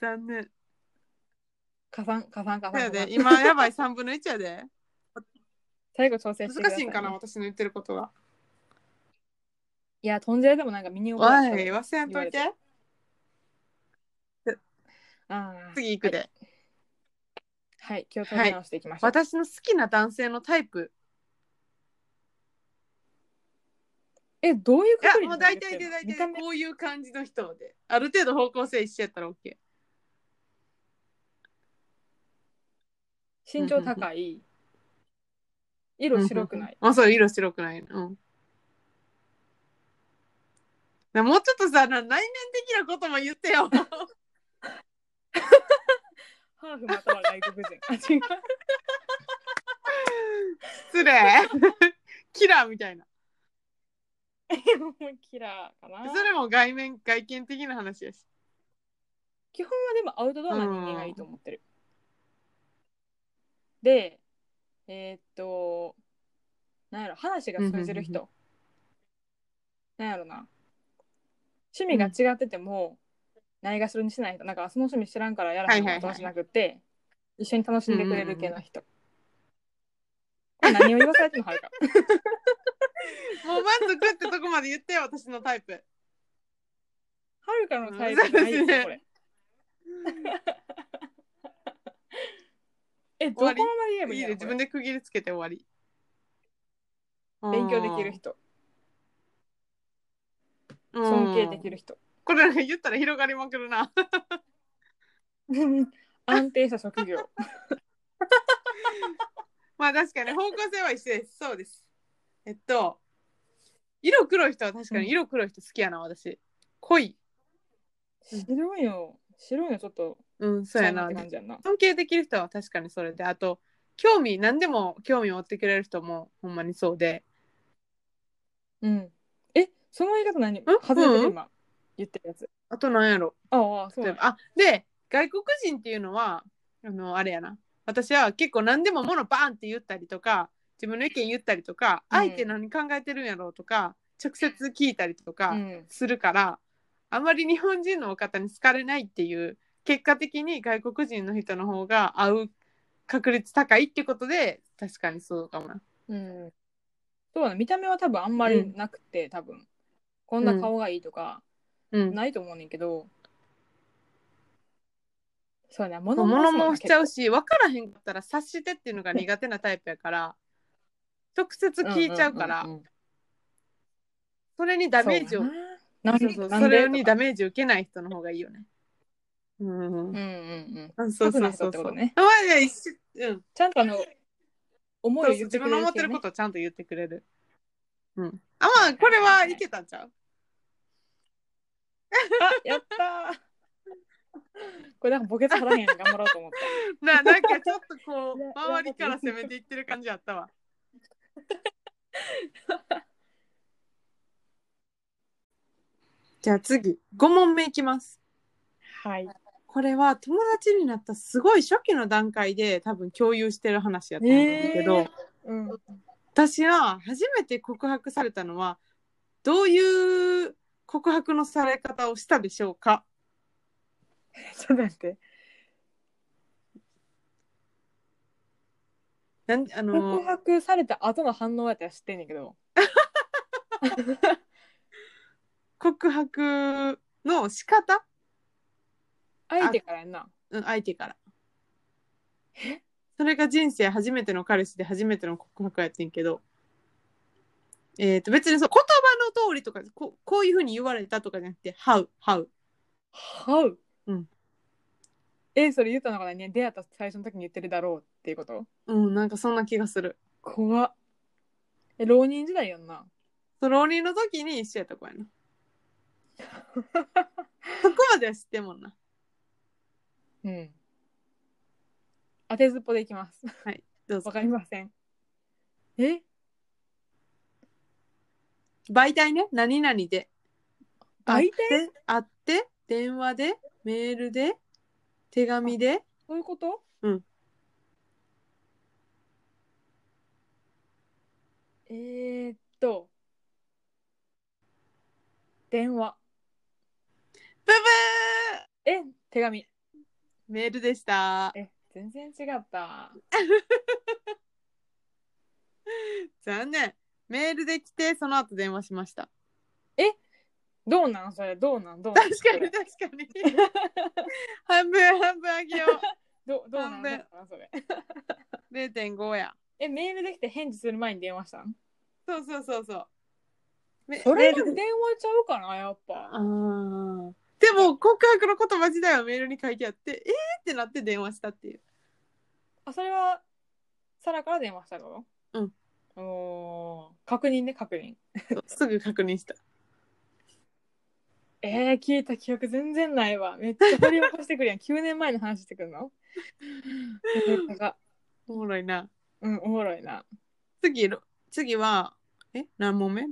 S2: 残念
S1: 加算、加算、加
S2: そうや
S1: 算。
S2: で今やばい3分の1 やで
S1: 最後調整してくだ
S2: 難
S1: さ
S2: しいんかな
S1: ね
S2: 私の言ってることが
S1: いや、豚汁でもなんか身に
S2: おい
S1: 覚えた
S2: 忘れんといて
S1: あー
S2: 次行くで、
S1: はい、気を取り直していきましょう。
S2: 私の好きな男性のタイプ
S1: え、どういう
S2: いや
S1: 確率
S2: も
S1: な
S2: う
S1: ん
S2: 大
S1: ですか
S2: 体で大
S1: 見た
S2: 体
S1: 目
S2: こういう感じの人である程度方向性一緒やったら OK
S1: 身長高い、色白く ない。
S2: うんうんうんあそう色白くないうんなもうちょっとさな内面的なことも言ってよ
S1: ハーフまたは外国人。あ、違う。
S2: 失礼 キラーみたいな
S1: もうキラーかな。
S2: それも外面外見的な話やし
S1: 基本はでもアウトドアな人間がいいと思ってる。で、えーっと、なんやろ、話が通じる人。なんやろな。趣味が違ってても、ないがしろにしない人。なんか、その趣味知らんからやらへん
S2: はい
S1: の
S2: はいはい
S1: としなくって、一緒に楽しんでくれる系の人。これ何を言わされてもはるか。
S2: もう満足ってとこまで言ってよ私のタイプ
S1: はるかのタイプじゃないですよ、これ。え、どこまで言えばい
S2: い
S1: い
S2: い
S1: のこれ
S2: で自分で区切りつけて終わり
S1: 勉強できる人、
S2: 人
S1: 尊敬でき
S2: る
S1: る人、
S2: これなんか言ったら広がりまくるな
S1: 安定した職業。
S2: まあ確かに方向性は一緒ですそうですえっと色黒い人は確かに色黒い人好きやな私濃いうん
S1: 白いの、白いのちょっと、
S2: うんそうや
S1: ちゃ
S2: な
S1: って感じやんな。
S2: 尊敬できる人は確かにそれであと興味何でも興味を持ってくれる人もほんまにそうで
S1: うん。え、その言い方何外れてる今、言ってるやつ。
S2: あとなんやろ
S1: ああああ、そう
S2: 例え
S1: だ
S2: ば。あで外国人っていうのはあのあれやな私は結構何でも物バーンって言ったりとか自分の意見言ったりとか、
S1: うん
S2: 相手何考えてるんやろうとか直接聞いたりとか
S1: うん。
S2: するから、あまり日本人のお方に好かれないっていう結果的に外国人の人の方が合う確率高いってことで確かにそうかもな。
S1: うん。そうだね、見た目は多分あんまりなくて、多分。こんな顔がいいとか、
S2: うん、
S1: ないと思うねんけど。そうやな、物
S2: 物
S1: も
S2: もしちゃうし分からへんかったら察してっていうのが苦手なタイプやから直接聞いちゃうから、
S1: んんんん
S2: それにダメージを
S1: そうやななん
S2: そ
S1: で
S2: うそう
S1: なん
S2: そ
S1: で
S2: れに
S1: とか
S2: ダメージ受けない人の方がいいよね。うん
S1: うんうんうん。
S2: あそうそうそう
S1: タフな人って
S2: そ
S1: こ
S2: う。
S1: とね
S2: あまあいや一緒うん
S1: ちゃんとあの、思
S2: そう
S1: い
S2: そ
S1: を言
S2: う
S1: って
S2: 自
S1: くれ
S2: 分
S1: る系ね
S2: の思ってることをちゃんと言ってくれる。うん。あまあこれはいけたんちゃう。
S1: あ、やったーこれなんか墓穴張らへんように頑張ろうと思っ
S2: ななんかちょっとこ
S1: いや
S2: う周りから攻めていってる感じあったわ。 じゃあ次5問目いきます。
S1: た。はい。
S2: これは友達になったすごい初期の段階で多分共有してる話やと思うんだけど、
S1: えーうん。
S2: 私は初めて告白されたのはどういう告白のされ方をしたでしょうか
S1: ちょっと待って。
S2: なんあの
S1: 告白された後の反応やったら知ってんねんけど。
S2: 告白の仕方
S1: 相手からやんな。
S2: うん相手からそれが人生初めての彼氏で初めての告白やってんけどえっ、と別にそう言葉の通りとかここういうふうに言われたとかじゃなくて「How」「How」
S1: はう。
S2: うん。
S1: え、それ言ったのかなね出会った最初の時に言ってるだろうっていうこと
S2: うんなんかそんな気がする
S1: 怖っ。え、浪人時代やんな。
S2: そう浪人の時に一緒やった子 やなそこまでは知ってんもんな
S1: うん。当てずっぽでいきます。
S2: どうぞ
S1: わかりません。え
S2: 媒体ね何々で
S1: 相手
S2: 会って会って電話でメールで手紙で
S1: そういうこと
S2: うん。
S1: えー、っと。電話。
S2: ブブ
S1: え、手紙。
S2: ーメールでした
S1: え、全然違った。
S2: 残念メールで来てその後電話しました
S1: どうなんそれ、どうなんどうなん
S2: 確かに
S1: それ
S2: 確かに半分半分あげよ
S1: どどうなん
S2: ごめん
S1: どうなんそれ。
S2: う0.5や
S1: え、メールできて返事する前に電話したん
S2: そうそうそうそうめ
S1: それ
S2: メー
S1: が
S2: ルで
S1: 電話ちゃうかな、やっぱ。
S2: あーでも告白の言葉自体はメールに書いてあってえーってなって電話したっていう
S1: あ、それは、サラから電話したの
S2: うん。
S1: おー確認ね、確認。
S2: そうすぐ確認した
S1: えー、聞いた記憶全然ないわ。めっちゃ掘り起こしてくるやん。9年 前の話してくるのなんか
S2: おもろいな
S1: うん、おもろいな。
S2: 次ろ次はえ何問目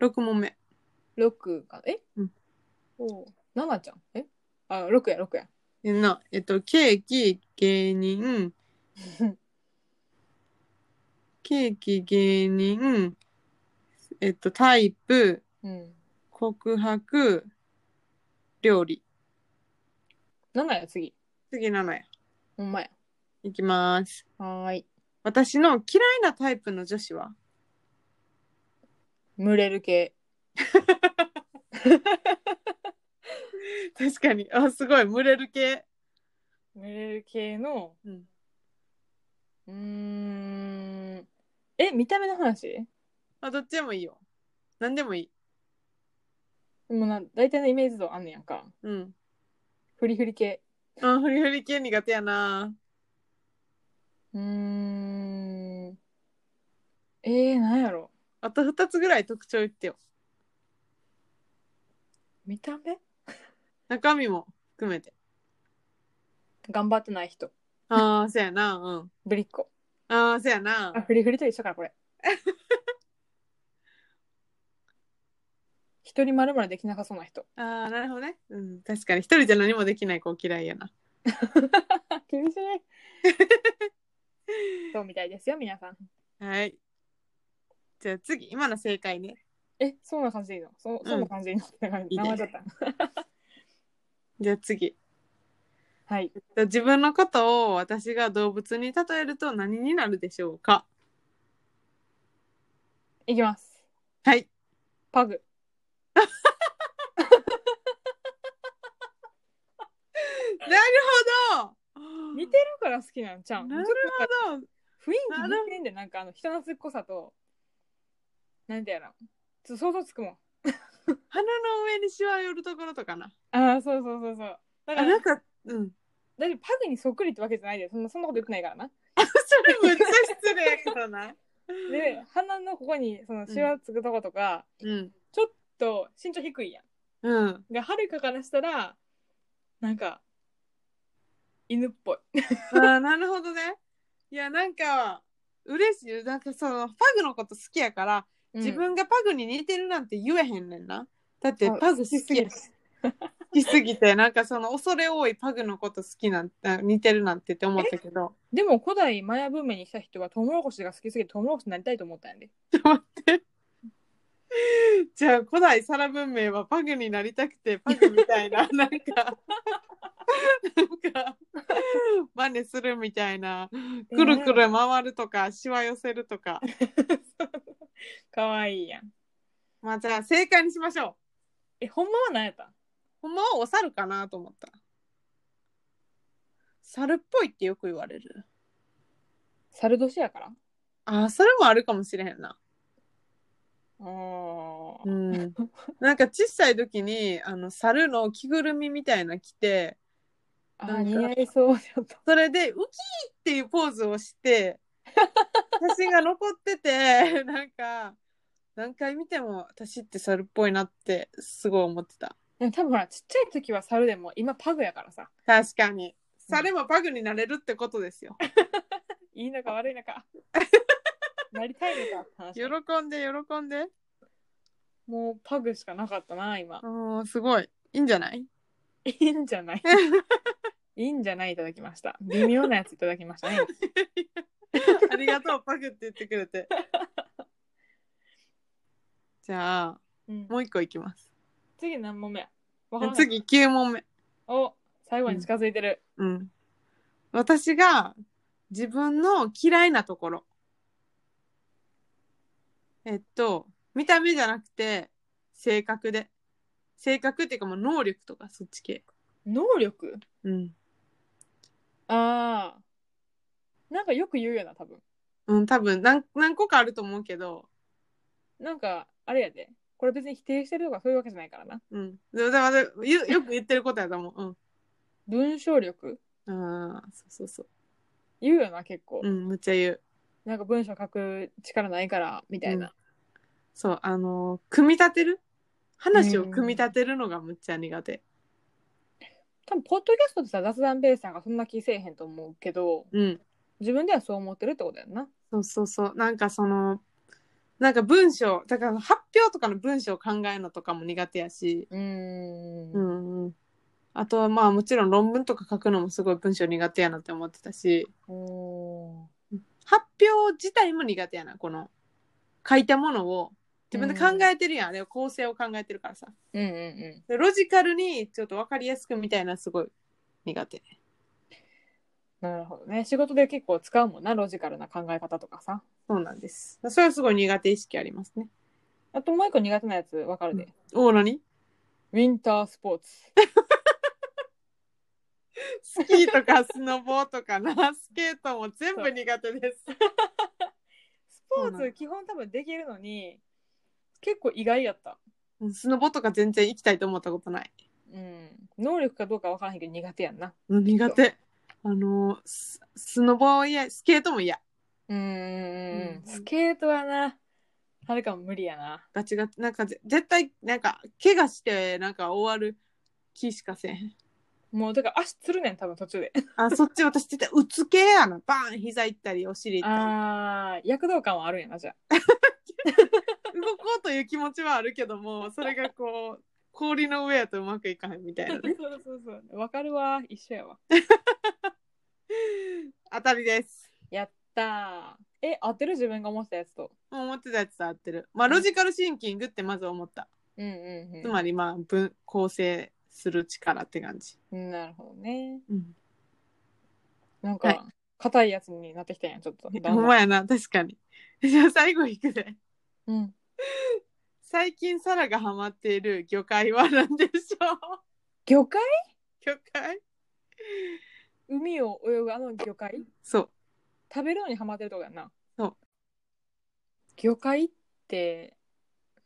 S2: ?6 問目
S1: 6か。え、
S2: うん
S1: おう7ちゃんえあ、6や、6や。
S2: えなえっとケーキ芸人ケーキ芸人えっとタイプ
S1: うん。
S2: 告白料理
S1: 7や、次。
S2: 次7や
S1: ほんまや。
S2: いきます
S1: はーい。
S2: 私の嫌いなタイプの女子は
S1: 群れる系。
S2: 確かにあすごい群れる系
S1: 群れる系の、
S2: うん
S1: うーん。え、見た目の話
S2: あどっちでもいいよ何でもいい
S1: でもな、大体のイメージ像あんねやんか。
S2: うん
S1: フリフリ系。
S2: あフリフリ系苦手やな
S1: うーん。えー、なんやろ。
S2: あと2つぐらい特徴言ってよ
S1: 見た目
S2: 中身も含めて
S1: 頑張ってない人。
S2: ああ、そうやな。うん。
S1: ぶりっ子。
S2: ああ、そうや
S1: あ、
S2: な。
S1: フリフリと一緒か、こ れ。一人まるまるできなさそうな人。
S2: ああ、なるほどね。うん、確かに。一人じゃ何もできない子嫌いやな。
S1: 厳しい。 そうみたいですよ、皆さん。
S2: はい。じゃあ次、今の正解ね。
S1: え、そんな感じでいいのそそんな感じでいいの、なんか名前だったの
S2: じゃあ次。
S1: はい。
S2: 自分のことを私が動物に例えると何になるでしょうか
S1: いきます。
S2: はい。
S1: パグ。
S2: なるほど
S1: 似てるから好きなんちゃうん。ちょ
S2: な
S1: っ
S2: る
S1: となんか
S2: ほど
S1: 雰囲気似てんで、なんかあの人懐っこさと、なんてやら、ちょっと想像つくもん。
S2: 鼻の上にしわ寄るところとかな。
S1: ああ、そうそうそうそう。だか
S2: あ、
S1: ら
S2: なん、か、うん。
S1: だってパグにそっくりってわけじゃないで、そんなそんなこと言ってないからな。
S2: それむっちゃ失礼やけどな。
S1: で、鼻のここにそのシワつくとことか、
S2: うん。
S1: ちょっと身長低いや
S2: うん。
S1: ん。で、はるかからしたら、なんか、犬っぽい。
S2: ああ、なるほどね。いや、なんか、嬉しい。なんかその、パグのこと好きやから、自分がパグに似てるなんて言えへんねんな。だって、
S1: あ
S2: パグ好きや
S1: 好き
S2: し。好きすぎて、なんかその、恐れ多いパグのこと好きなんて、似てるなんてって思ったけ ど。
S1: でも古代マヤ文明に来た人はトウモロコシが好きすぎてトウモロコシになりたいと思ったんやで。
S2: ちょっと待って。じゃあ古代サラ文明はパグになりたくてパグみたいな なんかなんか真似するみたいなくるくる回るとかしわ寄せるとか
S1: かわいいやん。
S2: まあじゃあ正解にしましょう
S1: え、ほんまは何やった
S2: ほんまはお猿かなと思った猿っぽいってよく言われる
S1: 猿年やから
S2: あそれもあるかもしれへんな
S1: あ
S2: う
S1: ー
S2: んなんか小さい時にあの猿の着ぐるみみたいな着て
S1: あ
S2: な
S1: ー。
S2: んか
S1: 似合いそうちょっと。
S2: それでウキーっていうポーズをして 写真が残っててなんか何回見ても私って猿っぽいなってすごい思ってた
S1: でも多分ほら、ちっちゃい時は猿でも、今パグやからさ。
S2: 確かに猿もパグになれるってことですよ
S1: いいのか悪いのか。なりたいのかって話
S2: 喜んで喜んで
S1: もうパグしかなかったな、今。
S2: うんすごいいいんじゃ ない
S1: いいんじゃない いいんじゃないいただきました。微妙なやついただきましたね。
S2: ありがとう、パグって言ってくれ て。じゃあ、
S1: うん、
S2: もう一個いきます。
S1: 次何問目やわからん
S2: 次、9問目。
S1: お、最後に近づいてる。
S2: うん。私が自分の嫌いなところ。えっと、見た目じゃなくて、性格で。性格っていうかもう能力とかそっち系。
S1: 能力
S2: うん。
S1: ああ。なんかよく言うよな、多分。
S2: うん、多分何、何個かあると思うけど、
S1: なんか、あれやで。これ別に否定してるとかそういうわけじゃないからな。
S2: うん。でもでもでもよよく言ってることやと思う。
S1: 文章力
S2: うん。ああ、そうそうそう。
S1: 言うよな、結構。
S2: うん、むっちゃ言う。
S1: なんか文章書く力ないから、みたいな。
S2: そう、あのー組み立てる話を組み立てるのがむっちゃ苦手。
S1: 多分、ポッドキャストってさ、雑談ベースなんかそんな気せえへんと思うけど、
S2: うん。
S1: 自分ではそう思ってるってことやんな。
S2: そうそうそう。なんかその、なんか文章、だから発表とかの文章を考えるのとかも苦手やし、
S1: うーん。
S2: うんんうん。あとはまあもちろん論文とか書くのもすごい文章苦手やなって思ってたし、
S1: おー
S2: 発表自体も苦手やな、この。書いたものを自分で考えてるやん。あれを構成を考えてるからさ。
S1: うんうんうん。
S2: でロジカルにちょっとわかりやすくみたいなすごい苦手。
S1: なるほどね。仕事で結構使うもんな、ロジカルな考え方とかさ。
S2: そうなんです。それはすごい苦手意識ありますね。
S1: あともう一個苦手なやつわかるで。
S2: おお、何
S1: ウィンタ ースポーツ。
S2: スキーとかスノボーとかな、スケートも全部苦手です。
S1: スポ
S2: そう
S1: ー
S2: なの
S1: ツ基本多分できるのに、結構意外やった。
S2: うんスノボとか全然行きたいと思ったことない。
S1: うん。能力かどうかわからへんけど苦手やんな。
S2: うん苦手。あのース、スノボや、スケートも嫌。
S1: うんうん
S2: う
S1: うん
S2: ん。
S1: スケートはな、はるかも無理やな。
S2: ガチガチ。なんかぜ絶対、なんか、怪我して、なんか終わる気しかせえへん。
S1: もうだから足つるねん、多分途中で。
S2: あ、そっち私絶対、うつ系やな。バーン膝行ったり、お尻行ったり。
S1: あー、躍動感はあるんやな、じゃあ。
S2: 動こうという気持ちはあるけども、それがこう、氷の上やとうまくいかへんみたいな
S1: そう
S2: ね。
S1: そうそう。わかるわ、一緒やわ。
S2: 当たりです。
S1: やったー。え、合ってる自分が思ってたやつと。
S2: 思ってたやつと合ってる。まあ、ロジカルシンキングってまず思った。
S1: うんうんうん。
S2: つまり、まあ、分、構成する力って感じ。
S1: うんなるほどね。
S2: うん。
S1: なんか、
S2: はい
S1: 硬いやつになってきたんやん、ちょっ と。
S2: ほんまやな、確かに。 じゃあ、最後いくで。
S1: うん。
S2: 最近、サラがハマっている魚介は何でしょう
S1: 魚介
S2: 魚介
S1: 海を泳ぐあの魚介
S2: そう。
S1: 食べるのにハマってるとこやんな。
S2: そう。
S1: 魚介って、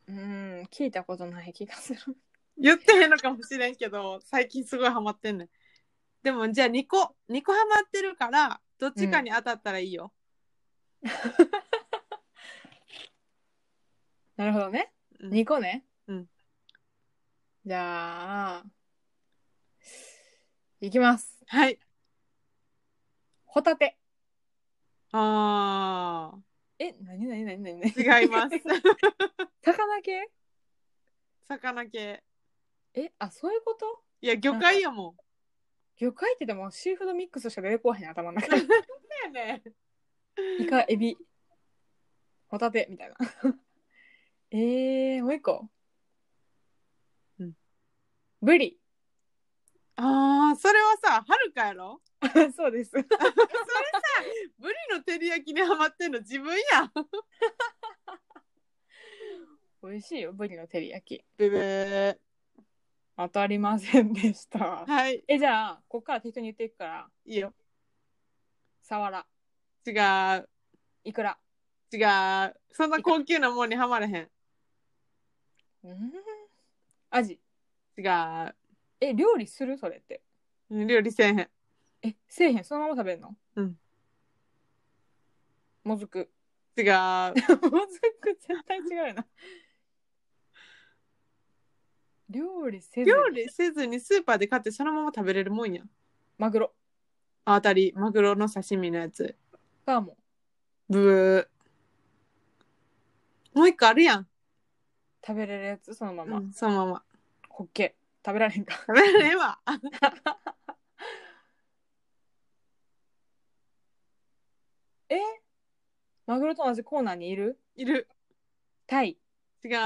S1: うーん、聞いたことない気がする。
S2: 言ってへんのかもしれんけど、最近すごいハマってんねん。でも、じゃあ、2個。2個ハマってるから、どっちかに当たったらいいよ。
S1: なるほどね。
S2: うん
S1: 2個ね。
S2: うん。
S1: じゃあ、いきます。
S2: はい。
S1: ホタテ。
S2: あ
S1: え、なになになになに
S2: ー。違い ます。。
S1: 魚系
S2: 魚系。
S1: え、あ、そういうこと
S2: いや、魚介やもん。
S1: 魚介ってでもシーフードミックスしか出てこへん頭 の中に
S2: そうやね。
S1: イカエビホタテみたいな ええー、もう一個。
S2: うん。
S1: ブリ。
S2: ああ、それはさ、はるかやろ
S1: そうです。
S2: ブリの照り焼きにハマってんの自分やん。
S1: 美味しいよ、ブリの照り焼き。
S2: ブブー。
S1: 当たりませんでした。
S2: はい、
S1: え、じゃあ、こっから適当に言っていくから、
S2: いいよ。
S1: サワラ、
S2: 違う。
S1: イクラ。
S2: 違う。そんな高級なもんにはまれへん。
S1: うーん。アジ。
S2: 違う。
S1: え、料理するそれって。
S2: うん料理せえへん。
S1: え、せえへん。そのまま食べんの
S2: うん。
S1: もずく。
S2: 違 う。
S1: もずく絶対違うよな。料理せずに
S2: 料理せずにスーパーで買ってそのまま食べれるもんや。
S1: マグロ。
S2: あ当たり、マグロの刺身のやつ。
S1: サーモン。
S2: ブー。もう一個あるやん。
S1: 食べれるやつそのまま。
S2: うん、そのまま。
S1: ホッケ。食べられへんか。
S2: 食べれれば。
S1: マグロと同じコーナーにいる
S2: いる。
S1: タイ。
S2: 違う。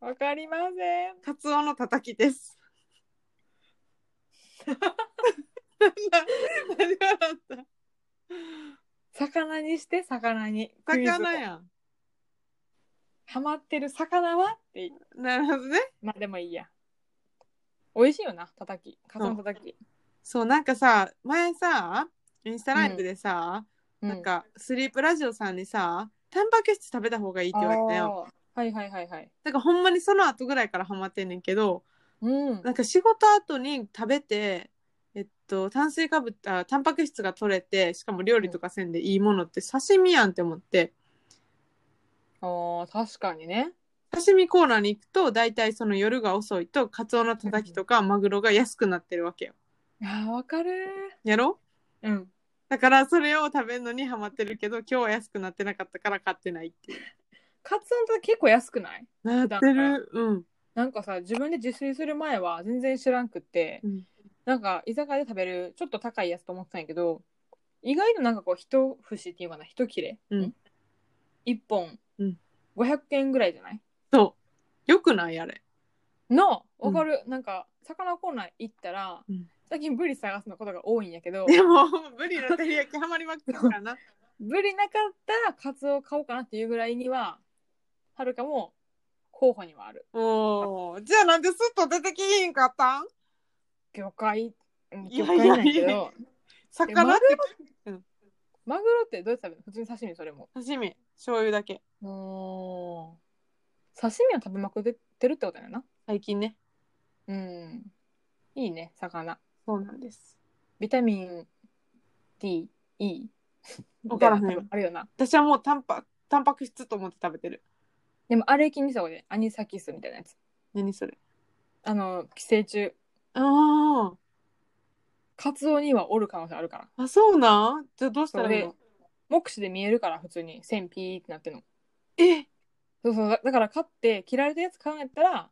S1: わかりません。
S2: カツオのたたきです。何があった
S1: 魚にして魚に。クイズを
S2: 魚やん。
S1: ハマってる魚はって。
S2: なるほどね。
S1: まあでもいいや。美味しいよな、たたき。カツオのたたき。
S2: そう、なんかさ、前さ、インスタライブでさ、
S1: な
S2: なんか、スリープラジオさんにさ、タンパク質食べた方がいいって言われたよ。
S1: はいはいはいはい。
S2: だからほんまにその後ぐらいからハマってんねんけど、
S1: うん。
S2: なんか仕事後に食べて、えっと、炭水化物、あ、タンパク質が取れて、しかも料理とかせんでいいものって刺身やんって思って、
S1: ああ、確かにね。
S2: 刺身コーナーに行くと、大体その夜が遅いと、カツオのたたきとかマグロが安くなってるわけよ。
S1: ああ、わかる
S2: やろ
S1: ー。うん。
S2: だからそれを食べるのにハマってるけど、今日は安くなってなかったから買ってないっていう。
S1: カツオのたたき結構安くない
S2: なってる。うん。
S1: なんかさ、自分で自炊する前は全然知らんくって、
S2: うん
S1: なんか居酒屋で食べるちょっと高いやつと思ってたんやけど、意外となんかこう、一節っていうかな、一切れ。
S2: うん。
S1: 一本、
S2: うん
S1: 500円ぐらいじゃない
S2: そう。よくないあれ。
S1: の、わかる、なんか、魚コーナー行ったら、
S2: うん
S1: 最近ブリ探すのことが多いんやけど、
S2: でも、ブリの照り焼きハマりまくってるから な。
S1: ブリなかったらカツオ買おうかなっていうぐらいには、はるかも候補にはある。
S2: おーじゃあなんでスッと出てきひんかったん
S1: 魚介、うん
S2: いや
S1: 魚介
S2: いやいや
S1: なんやけど、え
S2: 魚
S1: マ
S2: っ
S1: グ
S2: て
S1: ロ、
S2: うん
S1: マグロってどうやって食べるの普通に刺身それも。
S2: 刺身、醤油だけ。
S1: 刺身を食べまくってるってことやな。
S2: 最近ね。
S1: うん。いいね、魚。
S2: そうなんです。
S1: ビタミン D、E。
S2: わからへん
S1: みたいな多分あるよな。
S2: 私はもうタンパ、タンパク質と思って食べてる。
S1: でもあれ気にした方がいいね。アニサキスみたいなやつ。
S2: 何それ
S1: あの、寄生虫。
S2: あ
S1: カツオにはおる可能性あるから。
S2: あ。あ、そうなんじゃあどうした
S1: そ
S2: らいい
S1: れ
S2: の、
S1: 目視で見えるから、普通に線ピーってなってるの。
S2: え
S1: そうそう。だだから、買って、切られたやつ買うんやったら、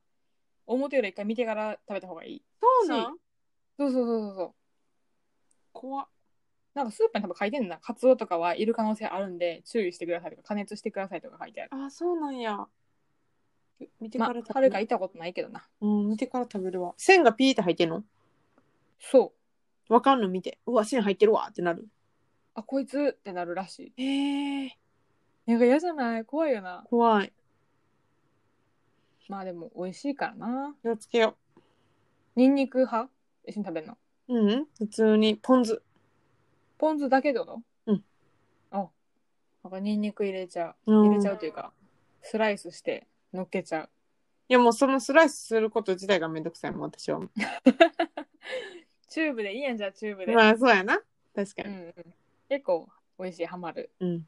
S1: 表より一回見てから食べた方がいい。
S2: そうなん
S1: そうそうそうそうそう。
S2: 怖っ
S1: なんかスーパーに多分書いてんな。カツオとかはいる可能性あるんで、注意してくださいとか、加熱してくださいとか書いてある。
S2: あ、そうなんや。見て
S1: ま
S2: か
S1: あ
S2: ら食、
S1: は
S2: べ
S1: る
S2: る。
S1: か行ったことないけどな。
S2: うん、見てから食べるわ。線がピーって入ってんの
S1: そう。
S2: わかんの見て。うわ、線入ってるわってなる。
S1: あ、こいつってなるらし
S2: へえ。
S1: い。なんか嫌じゃない怖いよな。
S2: 怖い。
S1: まあでも美味しいからな。
S2: 気をつけよ
S1: ニンニク派一緒に食べるの。
S2: う。うん、普通にポン酢。
S1: ポン酢だけってこと
S2: うん。
S1: あ、なんかニンニク入れちゃう。
S2: うん
S1: 入れちゃうというか、スライスして乗っけちゃう。
S2: いやもうそのスライスすること自体がめんどくさいもん私は。
S1: チューブでいいやんじゃあチューブで。
S2: まあそうやな。確か
S1: うんう
S2: に。
S1: ん、結構美味しい、ハマる。
S2: うん。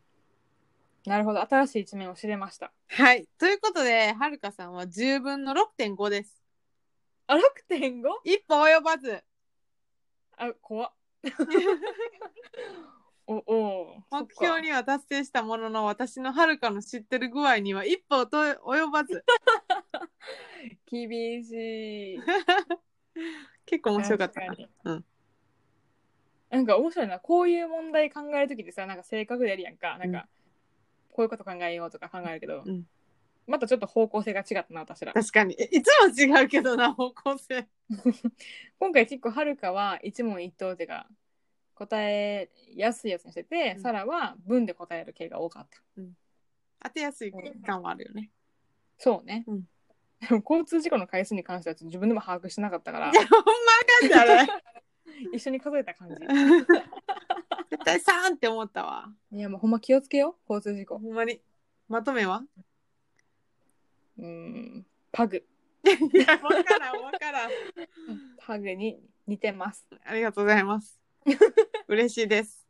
S1: なるほど。新しい一面を知れました。
S2: はい。ということで、はるかさんは10分の6.5です。
S1: あ、6.5?
S2: 一歩及ばず。
S1: あ、怖 っ。お、おう
S2: 目標。には達成したものの、私のはるかの知ってる具合には一歩と及ばず。
S1: そっか厳しい。
S2: 結構面白かった
S1: 確
S2: な
S1: か。に
S2: うん。
S1: なんか面白いな。こういう問題考えるときってさ、なんか性格でやるやんか。なんか、こういうこと考えようとか考えるけど、
S2: うん
S1: またちょっと方向性が違ったな私ら
S2: 確かに。えいつも違うけどな、方向性。
S1: 今回結構はるかは一問一答っていうか答えやすいやつにしてて、
S2: うん
S1: サラは文で答える系が多かった
S2: 当てやすい感はあるよね。
S1: そうね、
S2: うん
S1: でも交通事故の回数に関してはちょっと自分でも把握してなかったから
S2: いや、ほんまかんだね。
S1: 一緒に数えた感じ
S2: 絶対さーんって思ったわ。
S1: いやもうほんま気をつけよう交通事
S2: ほ
S1: 故
S2: んまに。まとめは
S1: うーんパグ
S2: いや、わからん、わからん。
S1: パグに似てます
S2: ありがとうござい ます。嬉しいです。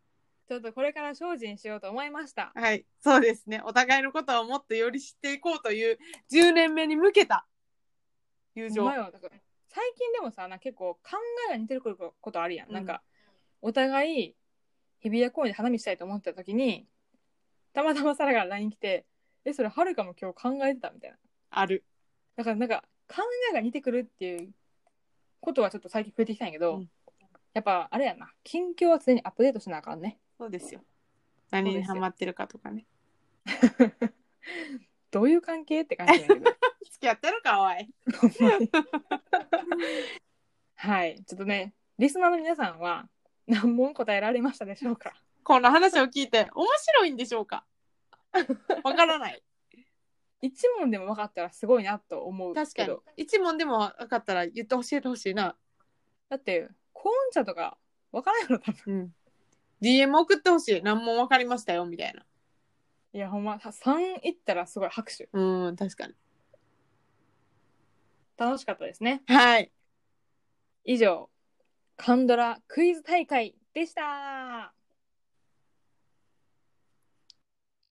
S1: ちょっとこれから精進しようと思いました
S2: はい、そうですね。お互いのことをもっとより知っていこうという10年目に向けた友
S1: お
S2: 情。
S1: 前はだから最近でもさなんか結構考えが似てることあるやん、
S2: うん
S1: なんかお互い日比谷公園で花見したいと思ってた時にたまたまサラが LINE 来て「えそれはるかも今日考えてた」みたいな
S2: ある。
S1: だからなんか考えが似てくるっていうことはちょっと最近増えてきたんやけど、
S2: うん
S1: やっぱあれやな近況は常にアップデートしなあかんね
S2: そうですよ。何にハマってるかとかね。
S1: どういう関係って感じだけど
S2: 付き合ってるかわい。
S1: ほんまにはいちょっとねリスナーの皆さんは何問答えられましたでしょうか
S2: この話を聞いて面白いんでしょう かわからない。
S1: 一問でも分かったらすごいなと思う
S2: 確
S1: け
S2: かに
S1: ど。
S2: 一問でも分かったら言って教えてほしいな。
S1: だってコーン茶とか分からんの多分
S2: うん。DM 送ってほしい。何問分かりましたよ、みたいな。
S1: いやほんま3いったらすごい拍手
S2: うん、確かに。
S1: 楽しかったですね
S2: はい。
S1: 以上カンドラクイズ大会でした